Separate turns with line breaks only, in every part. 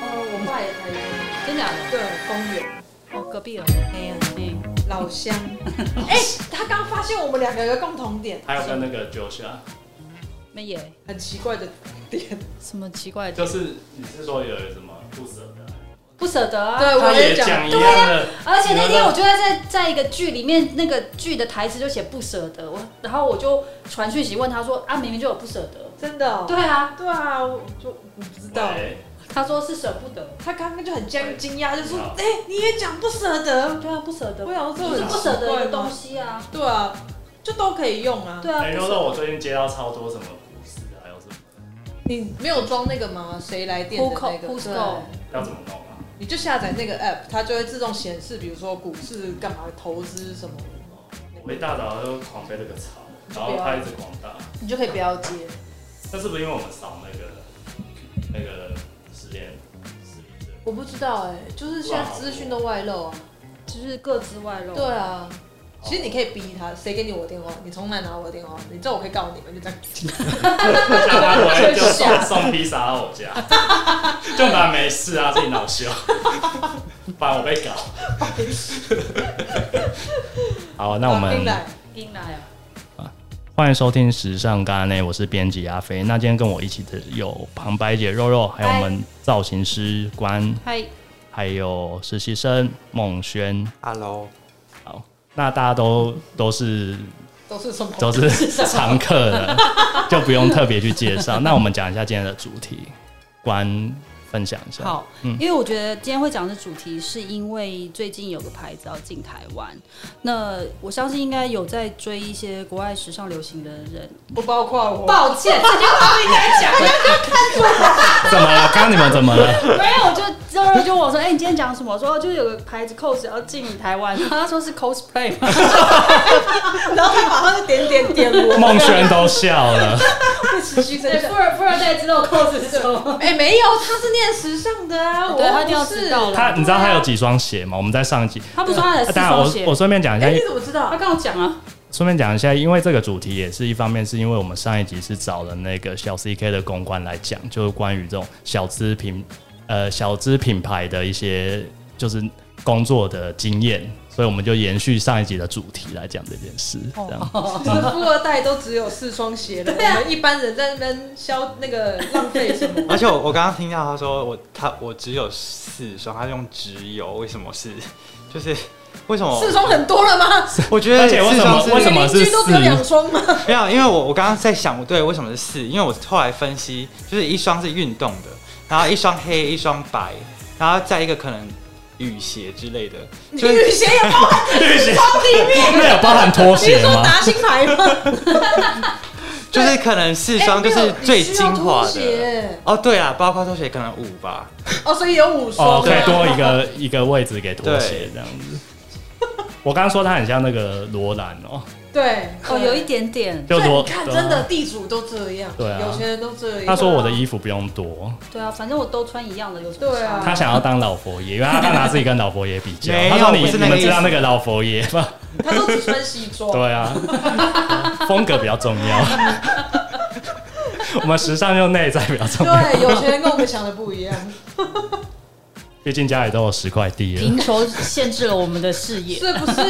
文哦化也可以。
真假的？
对，公园、
哦，隔壁了。哎呀，
老 乡。哎、他刚发现我们两个有个共同点，
还有跟那个 Joshua，
没耶，
很奇怪的点。
什么奇怪的
就？是你是说有什么不舍得？
不舍得啊。
对，
他
我
也
讲，
讲一样的，
而且那天我就在在在一个剧里面，那个剧的台词就写不舍得，我然后我就传讯息问他说啊，明明就有不舍得。
真的、哦。
对啊，
对啊，我就我不知道。
喂
他说是舍不得。
他刚刚就很惊惊讶，就说
好：“
哎、你也讲不舍得
对啊，不舍？”得
我，想说
就
这
是
很
不舍得
奇
一个
怪吗
东西啊。
对啊，就都可以用啊。
对啊
哎，，肉肉，我最近接到超多什么故事，还有什么
你没有装那个吗？谁来电的那
Who call-
个？
who's
对
call？
要怎么弄啊？
你就下载那个 app，它就会自动显示，比如说股市干嘛、投资什么，
我一大早就狂被那个吵，然后他一直狂打，
你就可以不要接。
那是不是因为我们扫那个那个实验室里的？
我不知道哎、就是现在资讯都外露啊。
就是各自外露。
对啊，其实你可以逼他，谁给你我的电话？你从哪拿我的电话？你知道我可以告你们，就这样。
像他回 来就送送披萨到我家，就蛮没事啊，自己恼羞， 不然我被搞。好，那我们
冰来，
进来啊。
欢迎收听《时尚咖内》，我是编辑阿飞。那今天跟我一起的有旁白姐肉肉，还有我们造型师关，
嗨，
还有实习生孟轩。
Hello，
好，那大家都都是
都是什么？
都是常客了，就不用特别去介绍。那我们讲一下今天的主题，关分享一下。
好，因为我觉得今天会讲的主题，是因为最近有个牌子要进台湾，那我相信应该有在追一些国外时尚流行的人。
不包括我。
抱歉， 这句话不应该讲。
怎么了？刚刚你们怎么了？
没有，就周二就问我说：“哎、你今天讲什么？”我说就是有个牌子 cos 要进台湾，然后他说是 cosplay 吗？
然后他马上就点点点我。
孟轩都笑了。
持续
对，富二富二代知道 cos 是什么。
哎、没有，他是念时尚的啊，我
对他一定
又
要
不是
知道了
他，你知道他有几双鞋吗？我们在上一集。
他不说他的呃四
当然，我
双鞋
我，顺便讲一下
哎、，你怎么知道
他？跟我讲啊，
顺便讲一下，因为这个主题也是一方面，是因为我们上一集是找了那个小 CK 的公关来讲，就是关于这种小资品呃小资品牌的一些就是工作的经验，所以我们就延续上一集的主题来讲这件事。这样，
就是富二代都只有四双鞋了，
对啊
我们一般人在那边消那个浪费什么？
而且我我刚刚听到他说我他我只有四双，他用只有，为什么是？ 就是为什么？
四双很多了吗？
我觉得
而且为
四
什么
双是
为什么
你邻居都只有
是四
两双吗？
没有，因为我我刚刚在想，我对为什么是四？因为我后来分析，就是一双是运动的，然后一双黑，一双白，然后再一个可能雨鞋之类的，
你
就
雨
是
鞋也包含
对不起，
里面，
那有包含拖
你是
鞋
说
吗？
拿新牌吗？
就是可能四
哎
双就
没有
是最
你需要
精华
拖
的。
鞋
哦，对啊，包括拖鞋可能五吧，
哦，所以有五双、
哦，可以多一个一个位置给拖鞋
对
这样子。我刚刚说他很像那个罗兰哦，
对，
哦，有一点点，
就
对
罗
你看，
对啊
真的地主都这样，
对啊
有钱人都这样。
他说我的衣服不用多，
对啊，反正我都穿一样的，有什么
对
差？
啊
他想要当老佛爷，因为他他拿自己跟老佛爷比较
没。有
他说你
不是
你
那个
们
意思哦
知道那个老佛爷吗？
他都只穿西装。
对啊，风格比较重 要。我们时尚用内在比较重要，
对，有钱人跟我们想的不一样，
毕竟家里都有十块地了。
贫穷限制了我们的视野。
是不是？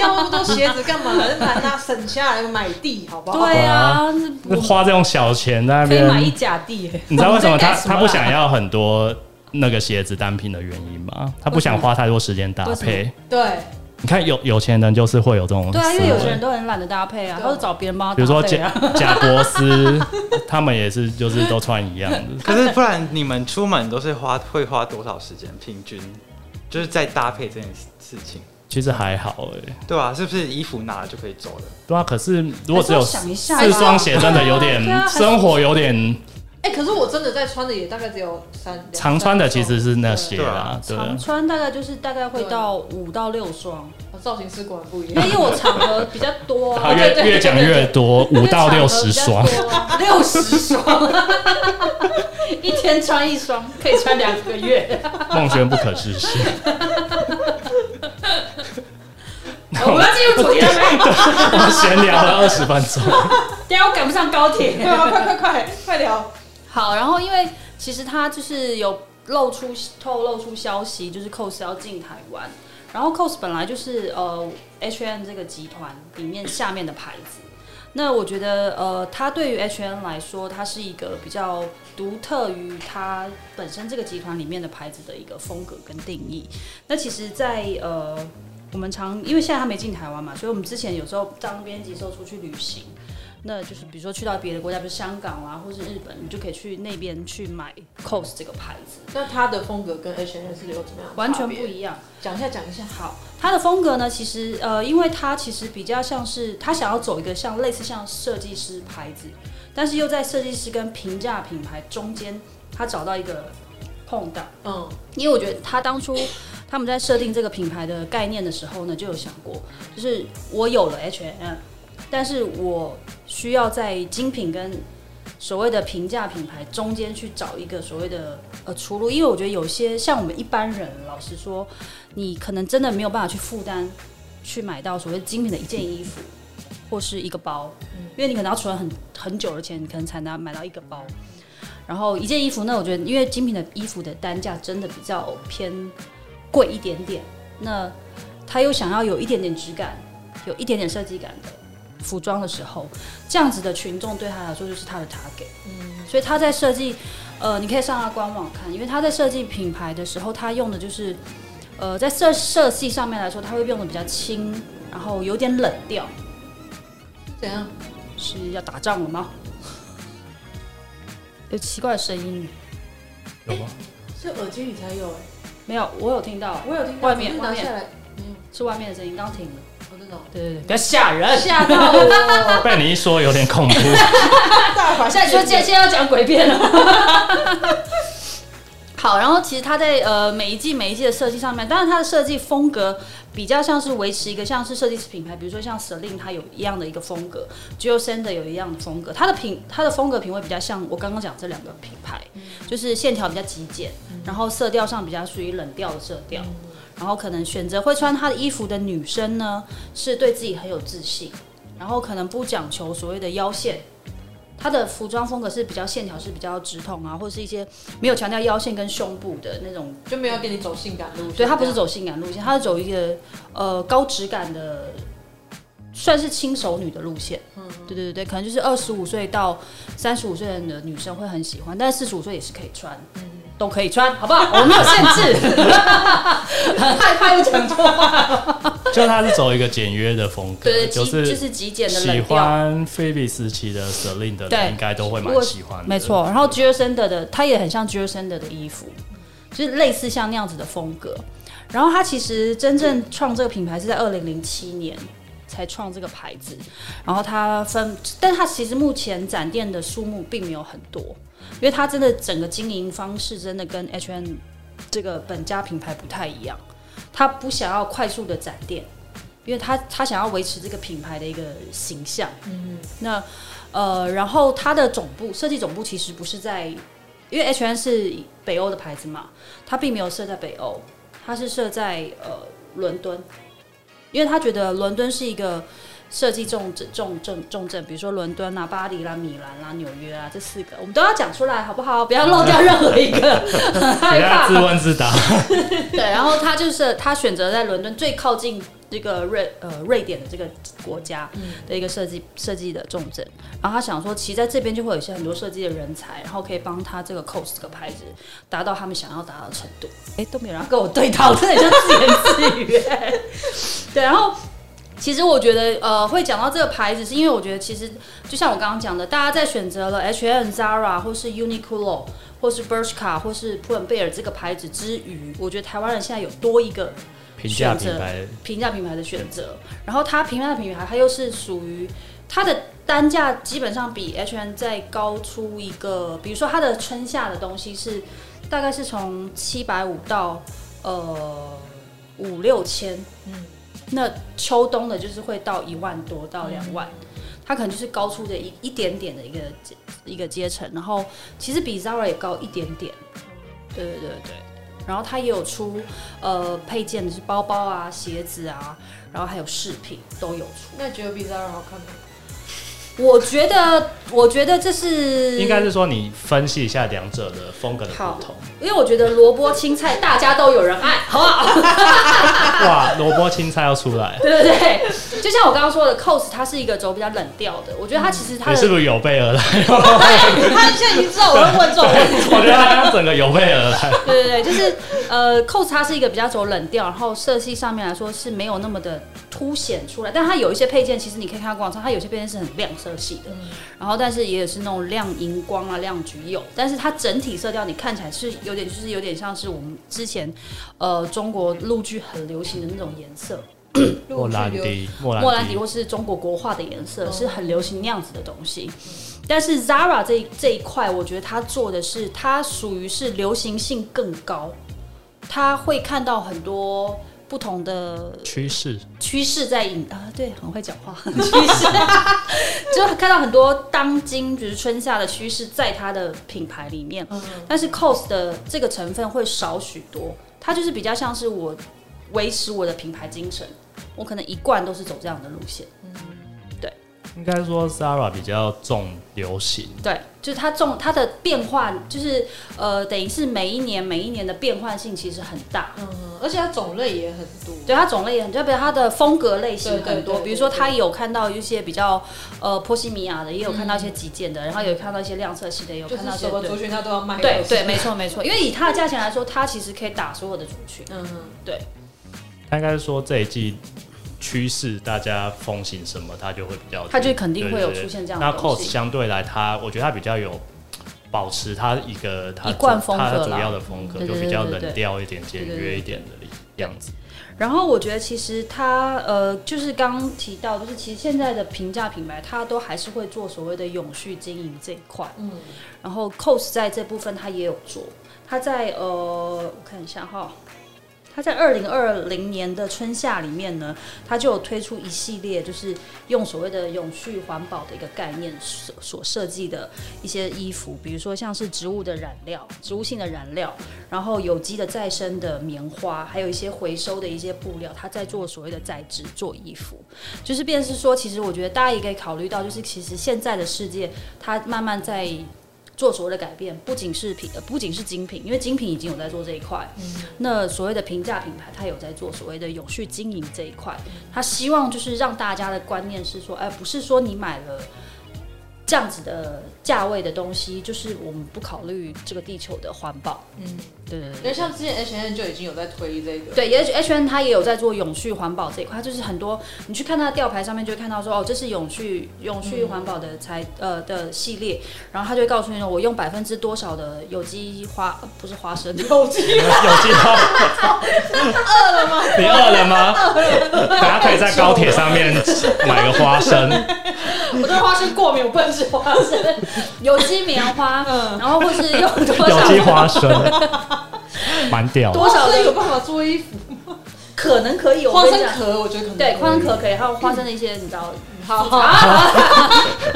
要那么多鞋子干嘛？把它省下来买地，好不好？
对啊，
那
那
花这种小钱在那
可以买一
边，
甲地耶。
你知道为什么他
我们在干
他
啦
不想？要很多那个鞋子单品的原因吗？他不想花太多时间搭
为什么
配。
对，
你看有有钱人就是会有这种
对啊，因为
思
有
维
些人都很懒得搭配啊，
对
他都找别人帮他
比如说
搭配
贾
啊。
贾 博斯，他们也是就是都穿一样的。
可是不然你们出门都是花会花多少时间？平均就是在搭配这件事情，
其实还好哎、
对吧、是不是衣服拿了就可以走 了？
对啊。可是如果只有
还是要想一下
四双鞋，真的有
对
点
啊
生活有点
哎、可是我真的在穿的也大概只有三两
常穿的其实是那些啦，对啊
常。穿大概就是大概会到五到六双，
对哦造型师果然不一
因为
样。
哎
因为我场合比较多
好，
啊，
对对
越
对
越讲越多，五到六 十双。
六十双， 一天穿一双，可以穿两个月。
孟轩不可世 事。
我们要进入主
啊
题了
啊
没？
我们闲聊了二十分 钟，
等一下我赶不上高铁
对。啊，快快快快聊！
好，然后因为其实它就是有露出透露出消息，就是 COS 要进台湾。然后 COS 本来就是呃 H&M 这个集团里面下面的牌子。那我觉得呃，它对于 H&M 来说，它是一个比较独特于它本身这个集团里面的牌子的一个风格跟定义。那其实在，呃，我们常因为现在他没进台湾嘛，所以我们之前有时候当编辑时候出去旅行，那就是比如说去到别的国家，比如香港啊，或是日本，你就可以去那边去买 COS 这个牌子，
那它的风格跟 H N 是有怎么样的
完全
差
不
别？
一样。
讲一下，讲一下。
好，它的风格呢，其实呃，因为它其实比较像是它想要走一个像类似像设计师牌子，但是又在设计师跟平价品牌中间，它找到一个碰档。
嗯，
因为我觉得他当初他们在设定这个品牌的概念的时候呢，就有想过，就是我有了 H&M，但是我需要在精品跟所谓的平价品牌中间去找一个所谓的呃出路，因为我觉得有些像我们一般人，老实说，你可能真的没有办法去负担去买到所谓精品的一件衣服或是一个包，因为你可能要存很很久的钱，你可能才能买到一个包。然后一件衣服呢，我觉得因为精品的衣服的单价真的比较偏贵一点点，那他又想要有一点点质感，有一点点设计感的服装的时候，这样子的群众对他来说就是他的 target。嗯，所以他在设计，呃，你可以上他官网看，因为他在设计品牌的时候，他用的就是，呃，在色色系上面来说，他会用的比较轻，然后有点冷调。
怎样？
是要打仗了吗？有奇怪的声音
有吗？
是耳机里才有哎、
没有？我有听到，
我有听到，
外面
可是拿下来没有，
是外面的声音，刚停了。
我真的哦
对对对，不要 吓人。
吓到我。
被你一说有点恐怖。
大环
现在说现现在要讲鬼片了。好，然后其实它在呃每一季每一季的设计上面，当然它的设计风格比较像是维持一个像是设计师品牌，比如说像 Celine 它有一样的一个风格 g i o s e n d e r 有一样的风格，它的品它的风格品味比较像我刚刚讲这两个品牌，就是线条比较极简，然后色调上比较属于冷调的色调，然后可能选择会穿它的衣服的女生呢，是对自己很有自信，然后可能不讲求所谓的腰线。它的服装风格是比较线条是比较直筒啊，或者是一些没有强调腰线跟胸部的那种。
就没有给你走性感路线。
对，它不是
走
走性感路线，它是走一个呃高质感的，算是轻熟女的路线。嗯，对对对可能就是二十五岁到三十五岁的女生会很喜欢，但是四十五岁也是可以穿，都可以穿，好不好？我没有限制。
害怕又讲错。
就他是走一个简约的风格，
对对，极
就
就是是极简的
喜
冷调。
欢菲比时期的 Celine 的
对
人，应该都会
如
蛮
果
喜欢的。
没错，然后 g i r s e n d e r 的，它也很像 g i r s e n d e r 的衣服，就是类似像那样子的风格。然后它其实真正创这个品牌是在二零零七年才创这个牌子，然后它分，但它其实目前展店的数目并没有很多，因为它真的整个经营方式真的跟 H&M 这个本家品牌不太一样，它不想要快速的展店，因为它它想要维持这个品牌的一个形象。嗯，那呃，然后它的总部设计总部其实不是在，因为 H&M 是北欧的牌子嘛，它并没有设在北欧，它是设在呃伦敦，因为他觉得伦敦是一个。设计重镇重重重镇，比如说伦敦啊、巴黎啦、米兰啦、纽约啊，这四个我们都要讲出来，好不好？不要漏掉任何一个，很 害
人家
怕。
自问自答，
对，然后他就是他选择在伦敦最靠近这个瑞呃瑞典的这个国家的一个设计设计的重镇，然后他想说，其实在这边就会有一些很多设计的人才，然后可以帮他这个 COS 这个牌子达到他们想要达到的程度。哎，都没有人要跟我对到，真的很像自言自语、哎 对，然后。其实我觉得，呃，会讲到这个牌子，是因为我觉得，其实就像我刚刚讲的，大家在选择了 H&M、Zara 或是 Uniqlo，或是 Bershka 或是普冷贝尔这个牌子之余，我觉得台湾人现在有多一个
评价品
选择
牌
平价品牌的选择。然后它平价品牌，它又是属于它的单价基本上比 H&M 再高出一个，比如说它的春夏的东西是大概是从七百五到呃五六千，
嗯
那秋冬的就是会到一万多到
嗯
两万。它可能就是高出的一一点点的一个阶一个阶层，然后其实比 Zara 也高一点点，对对对对。然后它也有出呃配件，就是包包啊、鞋子啊，然后还有饰品都有出。
那觉得 b i z a r 好看吗？
我觉得，我觉得这是
应该是说你分析一下两者的风格的
好
不同。
因为我觉得萝卜青菜大家都有人爱，好不好？
哇，萝卜青菜要出来，
对不对？就像我刚刚说的，cos 它是一个走比较冷调的，我觉得它其实它
你
的
是不是有备而来？
他现在已经知道我会问这种问题。
我觉得他刚刚整个有备而来。
对对对，就是呃，cos 它是一个比较走冷调，然后色系上面来说是没有那么的凸显出来，但它有一些配件，其实你可以看到广场，它有些配件是很亮色系的，
嗯
然后但是也是那种亮荧光啊、亮橘釉，但是它整体色调你看起来是有点，就是有点像是我们之前呃中国陆剧很流行的那种颜色，
莫兰迪，莫
莫
兰
兰迪
迪，
或是中国国画的颜色
嗯
是很流行那样子的东西。但是 Zara 这一这一块，我觉得它做的是，它属于是流行性更高，它会看到很多不同的
趋势
趋势在引啊，对，很会讲话， 趋势，就看到很多当今，比如春夏的趋势，在它的品牌里面。
嗯
但是 cos 的这个成分会少许多，它就是比较像是我维持我的品牌精神，我可能一贯都是走这样的路线。
应该说 Zara 比较重流行，
对，就是它重它的变换，就是呃，等于是每一年每一年的变换性其实很大。
嗯，而且它种类也很多。
对它种类也很多，特别它的风格类型
对对
很多，
对对
比如说它有看到一些比较呃波西米亚的，也有看到一些极简的，然后有看到一些亮色系的，也
嗯
有
就
看
是
到一些
什么族群它都要卖。
对对对，没错没错，因为以它的价钱来说，它其实可以打所有的族群。
嗯，
他应该说这一季趋势，大家风行什么，它就会比较，
它就肯定
对
会有
对对
出现这样
那
的
cos
东西
相对来，它我觉得它比较有保持它一个它
一贯风格
它
啦
主要的风格
对
就
对
比较
对对
冷调一点、简
对对
约
对
一点的样子。
然后我觉得其实它呃，就是刚刚提到，就是其实现在的平价品牌，它都还是会做所谓的永续经营这一块。
嗯，
然后 COS 在这部分它也有做，它在呃，我看一下哈。它在二零二零年的春夏里面呢，它就有推出一系列，就是用所谓的永续环保的一个概念所所设计的一些衣服，比如说像是植物的染料、植物性的染料，然后有机的再生的棉花，还有一些回收的一些布料，它在做所谓的再制做衣服，就是便是说，其实我觉得大家也可以考虑到，就是其实现在的世界，它慢慢在做所谓的改变，不仅是品，呃不仅是精品，因为精品已经有在做这一块。那所谓的平价品牌，它有在做所谓的永续经营这一块。它希望就是让大家的观念是说，哎、不是说你买了这样子的价位的东西，就是我们不考虑这个地球的环保。
嗯，
对对对
因为像之前 H N 就已经有在推这个。
对，也 H N 它也有在做永续环保这一块，它就是很多你去看它的吊牌上面就会看到说，哦，这是永续永续环保
嗯
的材、呃的系列，然后它就会告诉你说，我用百分之多少的有机花呃不是花生，
有机
有记到？ 饿了吗？你饿了吗？等下可以在高铁上面买个花 生。
我对花生过敏，我不能吃花生。
有机棉花，
嗯
然后或是用多
有机
少
花生，蛮屌的。
多少
花
的
生有办法做衣服？
可能可以，我
花
跟你
生
讲，
壳我觉得可能
对，花生
嗯
壳可以，还有花生的一些你知道，
好好
啊，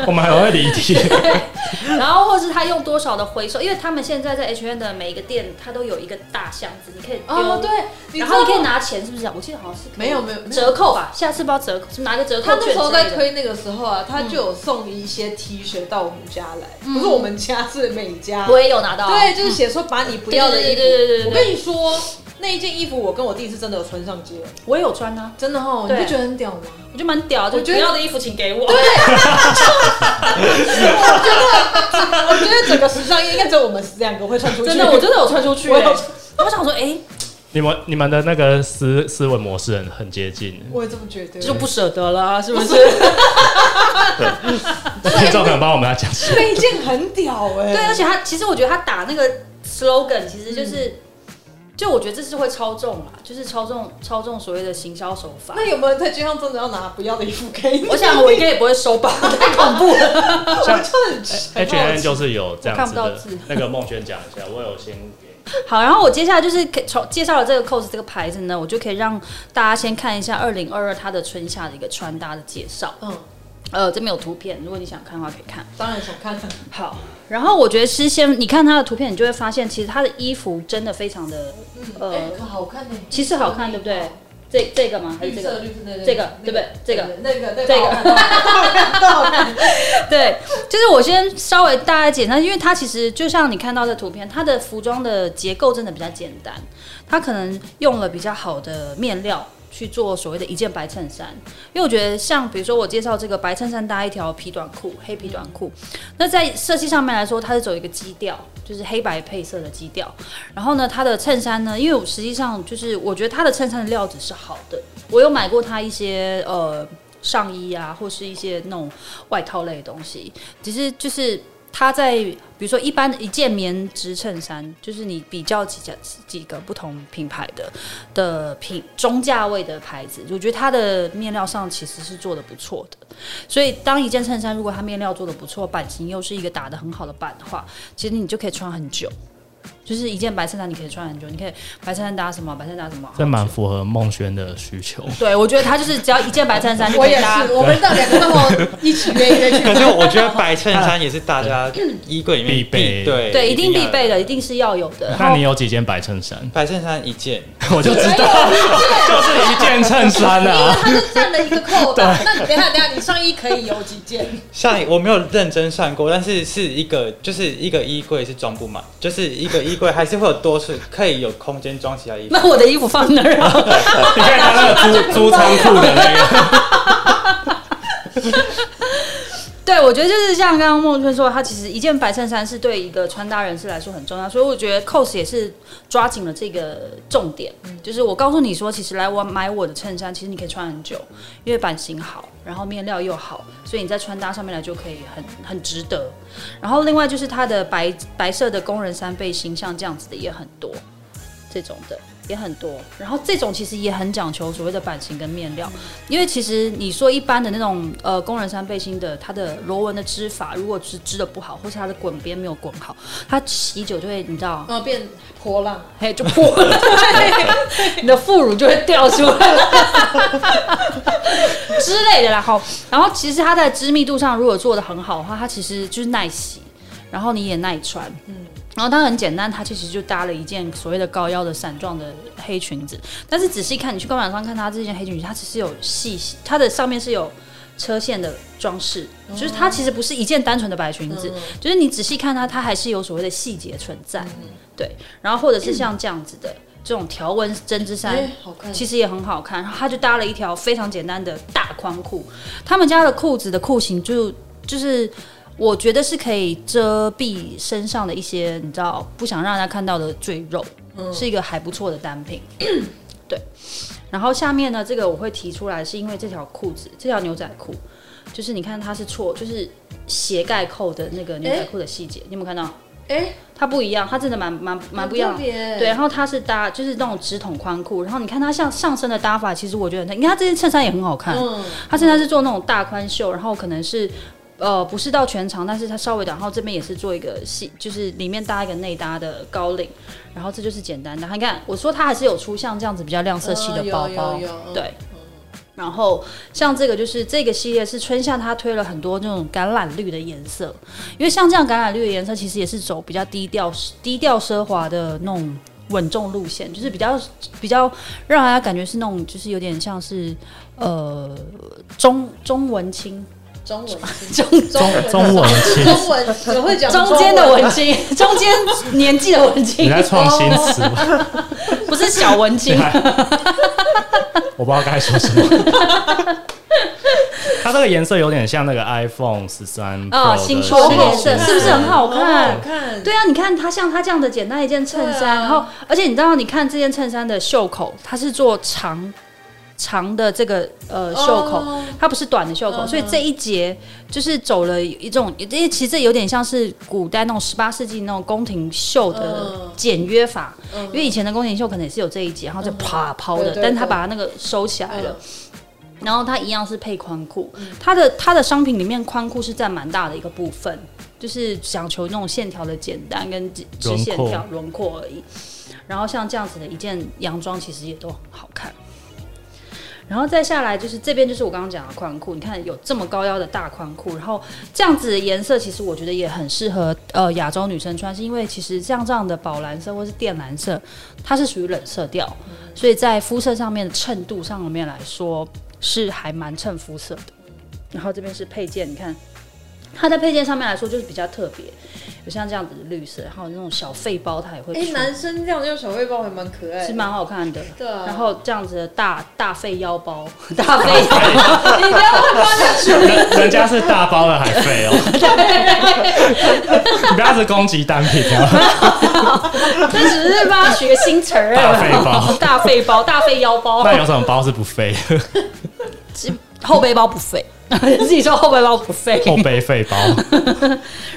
我们还会离题，
然后或是它用多少的回收，因为他们现在在 H N 的每一个店，它都有一个大箱子，你可以丢。
哦，对，你
然
知
后
道
你可以拿钱，是不是啊？我记得好像是可以
没有没有没有
折扣吧，下次不知道折扣，是拿个折扣
他
券
那时候
之类
在
的，嗯
推那个时候啊，他就有送一些 T 恤到我们家来，不是我们家，是美家。
我也有拿到，啊
对，就是写说把你不要的衣服。
对对对对对对对
我跟你说，那一件衣服我跟我弟是真的有穿上街，
我也有穿啊，
真的哈，你
对
不觉得很屌吗？
我觉得蛮屌，啊就
我
是
觉
不
得
要的衣服请给我，
我觉得整个时尚业应该只有我们两个会穿出去。
真的，我真的有穿出去、
我
欸
有。
我想说，哎、
你们你们的那个思思维模式很很接近，
我也这么觉得。
就不舍得啦，是不是？
听众可能帮我们来讲什 么
那一件很屌哎、
对，而且他其实我觉得他打那个 slogan 其实就是，
嗯
就我觉得这是会超重啦，就是超重超重所谓的行销手法。
那有没有人在街上真的要拿不要的衣服给你？
我想我应该也不会收吧， 太恐怖了。
我就很很
？H
好
N
奇
就是有这样子
我看不到
的
字
那个孟轩讲一下，我有先给你
好，然后我接下来就是可以从介绍了这个 cos 这个牌子呢，我就可以让大家先看一下二零二二它的春夏的一个穿搭的介绍。
嗯，
呃，这边有图片，如果你想看的话可以看。
当然想看。
好，然后我觉得是先你看它的图片，你就会发现其实它的衣服真的非常的
嗯，
呃
哎可好看呢、
其实好看对不对？这这个吗？还是
绿
这
色
个？
绿色那
这个对不对这个
那个那
这个
个
对，就是我先稍微大概简单，因为它其实就像你看到的图片，它的服装的结构真的比较简单，它可能用了比较好的面料。去做所谓的一件白衬衫，因为我觉得像比如说我介绍这个白衬衫搭一条皮短裤，黑皮短裤，那在设计上面来说，它是走一个基调，就是黑白配色的基调。然后呢，它的衬衫呢，因为我实际上就是我觉得它的衬衫的料子是好的，我有买过它一些呃上衣啊，或是一些那种外套类的东西，其实就是它在比如说一般一件棉质衬衫，就是你比较几家几个不同品牌的的品中价位的牌子，我觉得它的面料上其实是做的不错的。所以当一件衬衫如果它面料做的不错，版型又是一个打的很好的版的话，其实你就可以穿很久。就是一件白衬衫，你可以穿很久，你可以白衬衫搭什么，白衬衫搭什么，
这蛮符合孟轩的需求。
对，我觉得他就是只要一件白衬衫就
我
可以
也
搭。
是，我们让两个那么一起约一约去。
可是我觉得白衬衫也是大家衣柜里面
必备
对
对，一定必备
的。？
的，一定是要有的。然
那
后
你有几件白衬衫
白衬衫一件，
我就知道， 就是一件衬衫
因为
啊。
它就占了一个扣吧。那你等一下等一下，你上衣可以有几件？
像我没有认真算过，但是是一个就是一个衣柜是装不满，就是一个衣柜还是会有多处可以有空间装其他衣服。
那我的衣服放哪儿啊？
你看他那 个租租仓库的那个，
对，我觉得就是像刚刚孟春说的，他其实一件白衬衫是对一个穿搭人士来说很重要，所以我觉得 COS 也是抓紧了这个重点，就是我告诉你说，其实来我买我的衬衫，其实你可以穿很久，因为版型好，然后面料又好，所以你在穿搭上面来就可以很很值得。然后另外就是它的白白色的工人衫背心，像这样子的也很多，这种的也很多。然后这种其实也很讲求所谓的版型跟面料，因为其实你说一般的那种呃工人衫背心的，它的螺纹的织法如果织织的不好，或是它的滚边没有滚好，它洗久就会你知道，
然后变波浪，
嘿哎就破 了，对你的副乳就会掉出来了之类的啦。好，然后其实它在织密度上如果做的很好的话，它其实就是耐洗，然后你也耐穿，嗯。然后它很简单，它其实就搭了一件所谓的高腰的伞状的黑裙子，但是仔细看，你去官网上看它这件黑裙子，它其实有细，它的上面是有车线的装饰，就是它其实不是一件单纯的白裙子，就是你仔细看它，它还是有所谓的细节存在。对，然后或者是像这样子的、这种条纹针织衫，
哎，好看。
其实也很好看。然后他就搭了一条非常简单的大宽裤，他们家的裤子的裤型就就是。我觉得是可以遮蔽身上的一些，你知道不想让人家看到的赘肉，是一个还不错的单品。对，然后下面呢，这个我会提出来，是因为这条裤子，这条牛仔裤，就是你看它是错，就是斜盖扣的那个牛仔
哎
裤的细节，你有没有看到？
哎，
它不一样，它真的蛮蛮蛮不一样的
很特。别
对，，然后它是搭就是那种直筒宽裤，然后你看它像上身的搭法，其实我觉得它，你看它这件衬衫也很好看，
嗯，
它衬衫是做那种大宽袖，然后可能是。呃，不是到全长，但是它稍微的，然后这边也是做一个细，就是里面搭一个内搭的高领，然后这就是简单的。你看，我说它还是有出像这样子比较亮色系的
嗯有
包
有
包，
有嗯
对。然后像这个就是这个系列是春夏，它推了很多那种橄榄绿的颜色，因为像这样橄榄绿的颜色其实也是走比较低调、低调奢华的那种稳重路线，就是比较比较让人家感觉是那种就是有点像是呃中中文青
中文
中
中
中文青
中文只会讲
中间的文青， 中间年纪的文
你
青，
在创新 词吧？
不是小文青。
我不知道该说什么。它这个颜色有点像那个 iPhone 十三
哦
Pro
新出
好
的
好
颜
看
色是不是很好看
好看，
对啊，你看它像它这样的简单一件衬
对
衫，
啊
然后而且你知道，你看这件衬衫的袖口，它是做长长的这个呃袖口，
哦
它不是短的袖口，
嗯
所以这一节就是走了一种，因为其实这有点像是古代那种十八世纪那种宫廷袖的
嗯
简约法，
嗯
因为以前的宫廷袖可能也是有这一节，然后就啪抛
对
的，
对
但是它
对
把它那个收起来了。
嗯
然后它一样是配宽裤，它的它的商品里面宽裤是占蛮大的一个部分，就是讲求那种线条的简单跟直直线条轮廓而已。然后像这样子的一件洋装，其实也都很好看。然后再下来就是这边就是我刚刚讲的宽裤，你看有这么高腰的大宽裤，然后这样子的颜色其实我觉得也很适合呃亚洲女生穿，是因为其实像这样的宝蓝色或是靛蓝色，它是属于冷色调，所以在肤色上面的衬度上面来说是还蛮衬肤色的。然后这边是配件，你看它在配件上面来说就是比较特别，有像这样子的绿色，还有那种小费包它也会
哎、
出，
男生这样用小背包还蛮可爱
是
的，
蛮好看的。
对啊。
然后这样子的大大费腰包，大费腰包
你不要乱帮他取名，
人家是大包的海费哦、你不要是攻击单品啊！
这只是帮他取个新词儿，
大肺包
大肺包，大肺腰包，
那有什么包是不费？
后背包不费，自己说后背包不费。
后背费包，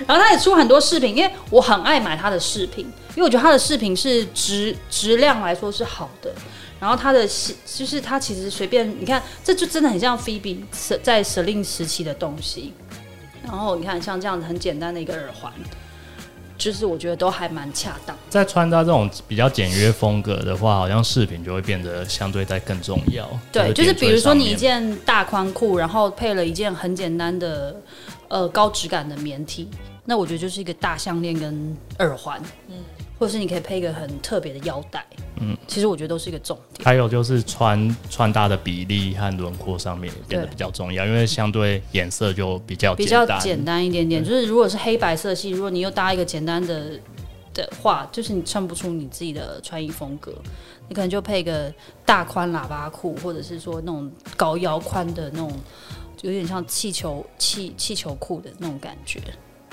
然后他也出很多饰品，因为我很爱买他的饰品，因为我觉得他的饰品是质质量来说是好的。然后他的系就是他其实随便你看，这就真的很像 Phoebe 在 Celine 时期的东西。然后你看像这样子很简单的一个耳环，就是我觉得都还蛮恰当。
在穿搭这种比较简约风格的话，好像饰品就会变得相对在更重要。
对，就是比如
点缀
说
上
你一
面
件大宽裤，然后配了一件很简单的呃高质感的棉 T，那我觉得就是一个大项链跟耳环，嗯，或者是你可以配一个很特别的腰带，嗯，其实我觉得都是一个重点。
还有就是穿穿搭的比例和轮廓上面也变得
对
比较重要，因为相对颜色就比较
比较
单。
简单一点点，就是如果是黑白色系，如果你又搭一个简单的的话，就是你衬不出你自己的穿衣风格，你可能就配一个大宽喇叭裤，或者是说那种高腰宽的那种，有点像气球气气球裤的那种感觉，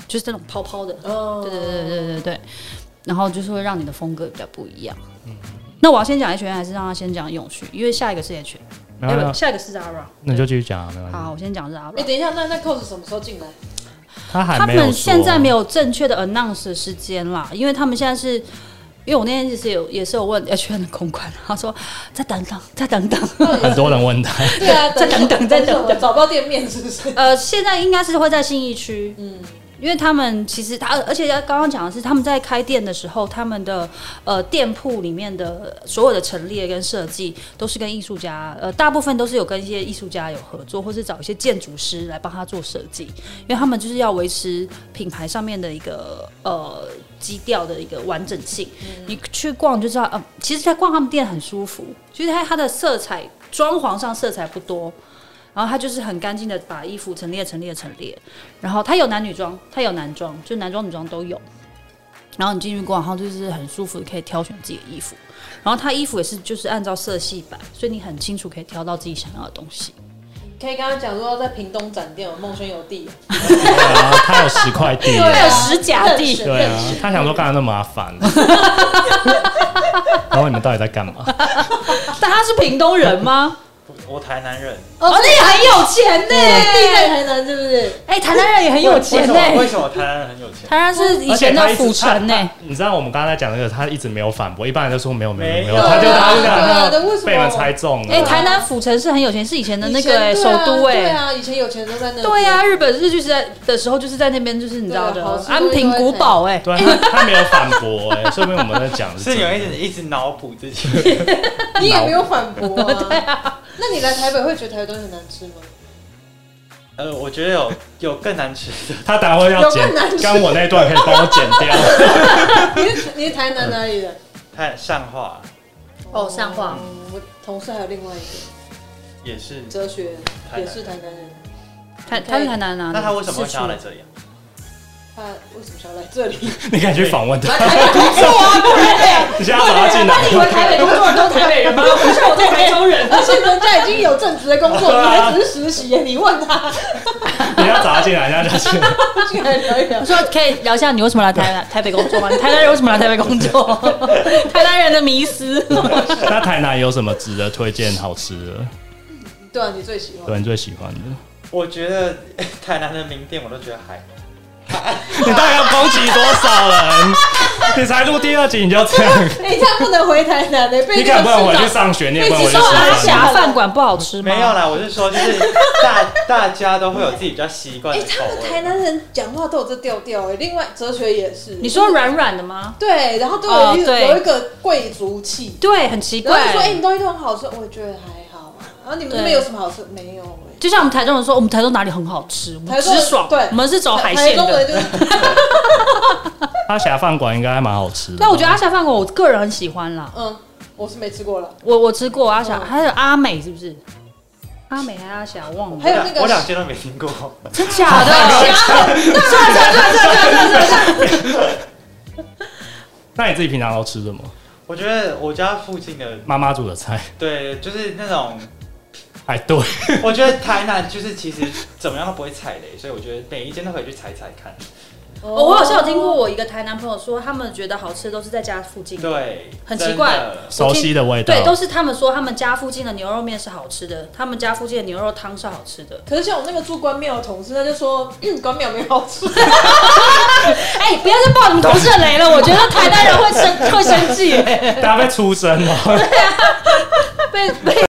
就是那种泡泡的，
哦
对对对对对对，然后就是会让你的风格比较不一样。那我要先讲 H N 还是让他先讲永续？因为下一个是 H，
没有没
哎
有
不，，下一个是 Zara，
那你就继续讲啊，没关系。
好，我先讲
哎、
Zara。
等一下，那那 cos 什么时候进来？
他还
他
没有
们现在没
有
有正确的 announce 时间啦，因为他们现在是，因为我那天其实有也是有问 H N 的公关，他说再等等，再等等。
很多人问他，
对啊，
再等等再等等
找不到店面是不是？
呃，现在应该是会在信义区，
嗯，
因为他们其实他，而且刚刚讲的是他们在开店的时候，他们的呃店铺里面的呃所有的陈列跟设计都是跟艺术家，呃，大部分都是有跟一些艺术家有合作，或是找一些建筑师来帮他做设计，因为他们就是要维持品牌上面的一个呃基调的一个完整性。你去逛就知道，呃，其实在逛他们店很舒服，就是它它的色彩装潢上色彩不多。然后它就是很干净的把衣服陈列、陈列、陈列，然后它有男女装，它有男装，就男装女装都有。然后你进去逛，然后就是很舒服，可以挑选自己的衣服。然后它衣服也是就是按照色系摆，所以你很清楚可以挑到自己想要的东 西。
可以跟他讲说在屏东展店，梦轩有地，
对啊他有十块地，
对啊
还有十甲地，
认识
对啊，他想说干嘛那么麻烦？然后你们到底在干嘛？
但他是屏东人吗？
我台南人，
哦，那也很有钱呢、
啊地在台南是不是？
哎、台南人也很有钱呢、
为什么台南人很有 钱？
台南是以前的府城呢、
而且他一直他他你知道我们刚才讲那个，他一直没有反驳，一般人就说没有没有没
没
有，
有
他就他就这
对啊
样
对为什么
被你们猜中了。
哎、台南府城是很有钱，是以前的那
以前
个、
对啊
首都哎、
对啊，以前有钱都在那，
对呀、，日本日剧时代的时候就是在那边，就是你知道
对
的
啊好吃
安平古堡哎、
对他他没有反驳哎，说明我们在讲
是
真
你
的
们一直一直脑补自己，
你也没有反驳 啊。对啊，那你来台北会觉得台北东西很难吃吗？
呃，我觉得有有更难吃的，
他等下会要剪
有更难，吃
刚我那段可以帮我剪掉。
你是你是台南哪里人？
太善化
哦上化
嗯我同事还有另外一个
也是。
哲学
台南
也是台南人，
他他是台南哪里？
那啊他为什么会想要来
四
这里啊？
他为什么想要来这里？
你可以去访问他，
对，
你现在要找他进来。
啊处？那你以为台北工作人都是台北人吗？不是，我都台 中人。
而且人家已经有正职的工作，你还只是实习耶，你问他，
你要找他进来，你要找他进来。
进来聊一聊
我。说可以聊一下你为什么来台南台北工作吗？你 台南人为什么来台北工 作？台南人的迷思。
那台南有什么值得推荐好吃的？
对啊，你最喜欢
对你最喜欢的？你
我觉得 台南的名店我都觉得还
到底要攻击多少 人？你才录第二集你就这样，
哎、这样不能回台南哎的、被
你
那
可
个
不能回去
市长
上学，你也不能
被
回
你
去
说
阿
吃
阿
饭。
霞饭馆不好吃吗？
没有啦。我是说，就是 大大家都会有自己比较习惯
哎、
的口
他们台
味。
南人讲话都有这调调哎。另外，哲学也是，
你说软软的吗？
对，然后都有一个、
哦对
有一个贵族气，
对，很奇
然后哎
怪
就说哎、。你东西都很好吃，我也觉得还好啊。然后你们那边有什么好吃？没有哎、
就像我们台中人说，我们台中哪里很好吃，我们
台中
直爽，
对
我们是走哦海
台
鲜
中
的。
人就是
阿霞饭馆应该还蛮好吃的。
但我觉得阿霞饭馆，我个人很喜欢啦。
嗯，我是没吃过了。
我我吃过阿霞，
嗯
还有阿美是不是？哦阿美还是阿霞，忘了
还。有那个
我两间都没听过，
真假的？
那你自己平常都吃什么？
我觉得我家附近的
妈妈煮的菜？
对，就是那 种，
哎，对，
我觉得台南就是其实怎么样都不会踩雷，所以我觉得每一间都可以去踩踩看。
哦我好像有听过，我一个台南朋友说，他们觉得好吃都是在家附近。
对，
很
真
奇怪
的
熟悉的味道。
对，都是他们说他们家附近的牛肉面是好吃的，他们家附近的牛肉汤是好吃的。
可是像我那个住关庙的同事，他就说、嗯、关庙没有好吃，
哎、不要再爆你们同事的雷了，我觉得台南人会生会生气耶，
大家被出声了。
被被